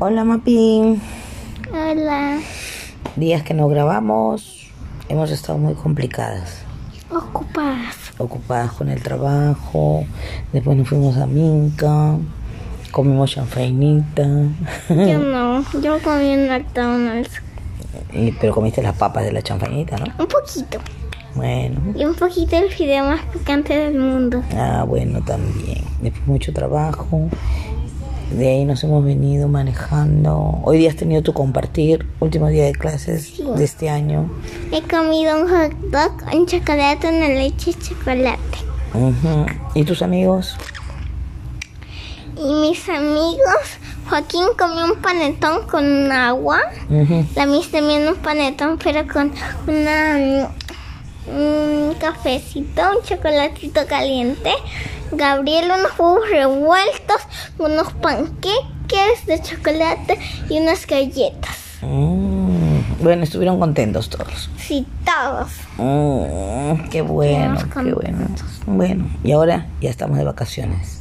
Hola Mapín, Hola. días que no grabamos, hemos estado muy complicadas, Ocupadas. ocupadas con el trabajo, después nos fuimos a Minca, comimos chanfainita, Yo no. Yo comí en McDonald's. Y- pero comiste las papas de la chanfainita, ¿no? Un poquito. Bueno, Y un poquito el fideo más picante del mundo. ah, bueno también, después mucho trabajo, de ahí nos hemos venido manejando, hoy día has tenido tu compartir, último día de clases de este año. He comido un hot dog, un chocolate, una leche y chocolate. Ujú. ¿Y tus amigos? Y mis amigos, Joaquín comió un panetón con agua. Ujú. La mis también un panetón, pero con una, mm, un cafecito, un chocolatito caliente. Gabriel unos huevos revueltos, unos panqueques de chocolate y unas galletas. Mm, bueno, estuvieron contentos todos. Sí, todos. Mm, qué bueno, Estuvimos qué bueno. Bueno, y ahora ya estamos de vacaciones.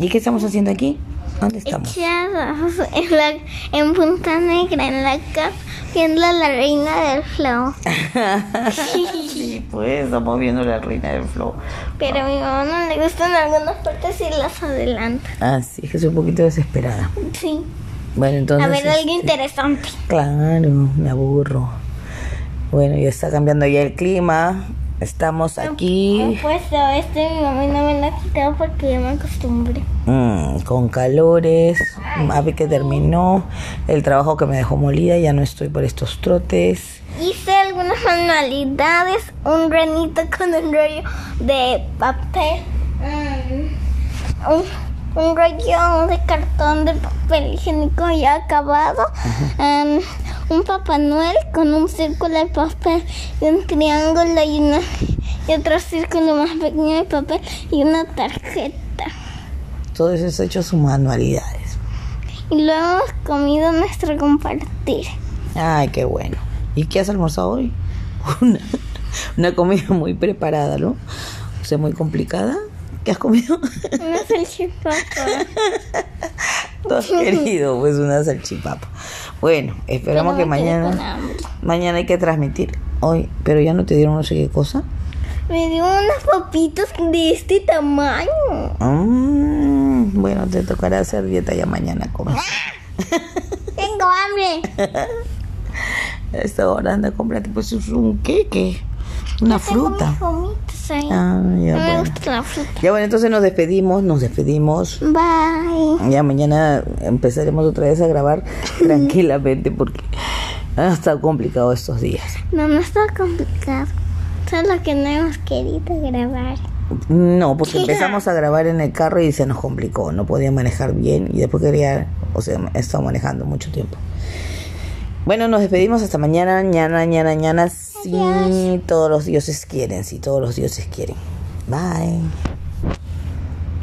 ¿Y qué estamos haciendo aquí? ¿Dónde estamos? Echados en, la, en Punta Negra, en la cama, viendo a la reina del flow. sí, pues estamos viendo la reina del flow. Pero a mi mamá no le gustan algunas partes y las adelanta. Así Ah, es que soy un poquito desesperada. Sí. Bueno, entonces. a ver, este, algo interesante. Claro, me aburro. Bueno, ya está cambiando ya el clima. Estamos aquí Pues no, este mi mamá no me lo ha quitado porque yo me acostumbré. mm, con calores. Avi que terminó el trabajo que me dejó molida. Ya no estoy por estos trotes. Hice algunas manualidades, un granito con un rollo de papel, mm, un, un rollo de cartón de papel higiénico ya acabado, em, un Papá Noel con un círculo de papel y un triángulo y, una, y otro círculo más pequeño de papel y una tarjeta. Todo eso es hecho sus manualidades. Y luego hemos comido nuestro compartir. Ay, qué bueno. ¿Y qué has almorzado hoy? Una, una comida muy preparada, ¿no? O sea, muy complicada. ¿Qué has comido? Una salchipapa. Tú has querido, pues, una salchipapa. Bueno, esperamos Pero que me quedé con mañana... hambre. Mañana hay que transmitir. Hoy, pero ya no te dieron no sé qué cosa. Me dio unas papitas de este tamaño. Mm, bueno, te tocará hacer dieta ya mañana. Comer. Tengo hambre. A esta hora anda, cómprate pues un queque, una fruta. Tengo mis gomitas ahí. Ah, ya, no me bueno. gusta la fruta. Ya bueno, entonces nos despedimos, nos despedimos. Bye. Ya mañana empezaremos otra vez a grabar tranquilamente porque ha estado complicado estos días. No, no está complicado. Solo que no hemos querido grabar. No, porque empezamos a grabar en el carro y se nos complicó, no podía manejar bien y después quería, o sea, he estado manejando mucho tiempo. Bueno, nos despedimos hasta mañana, mañana, mañana, mañana, si todos los dioses quieren, si todos los dioses quieren. Bye.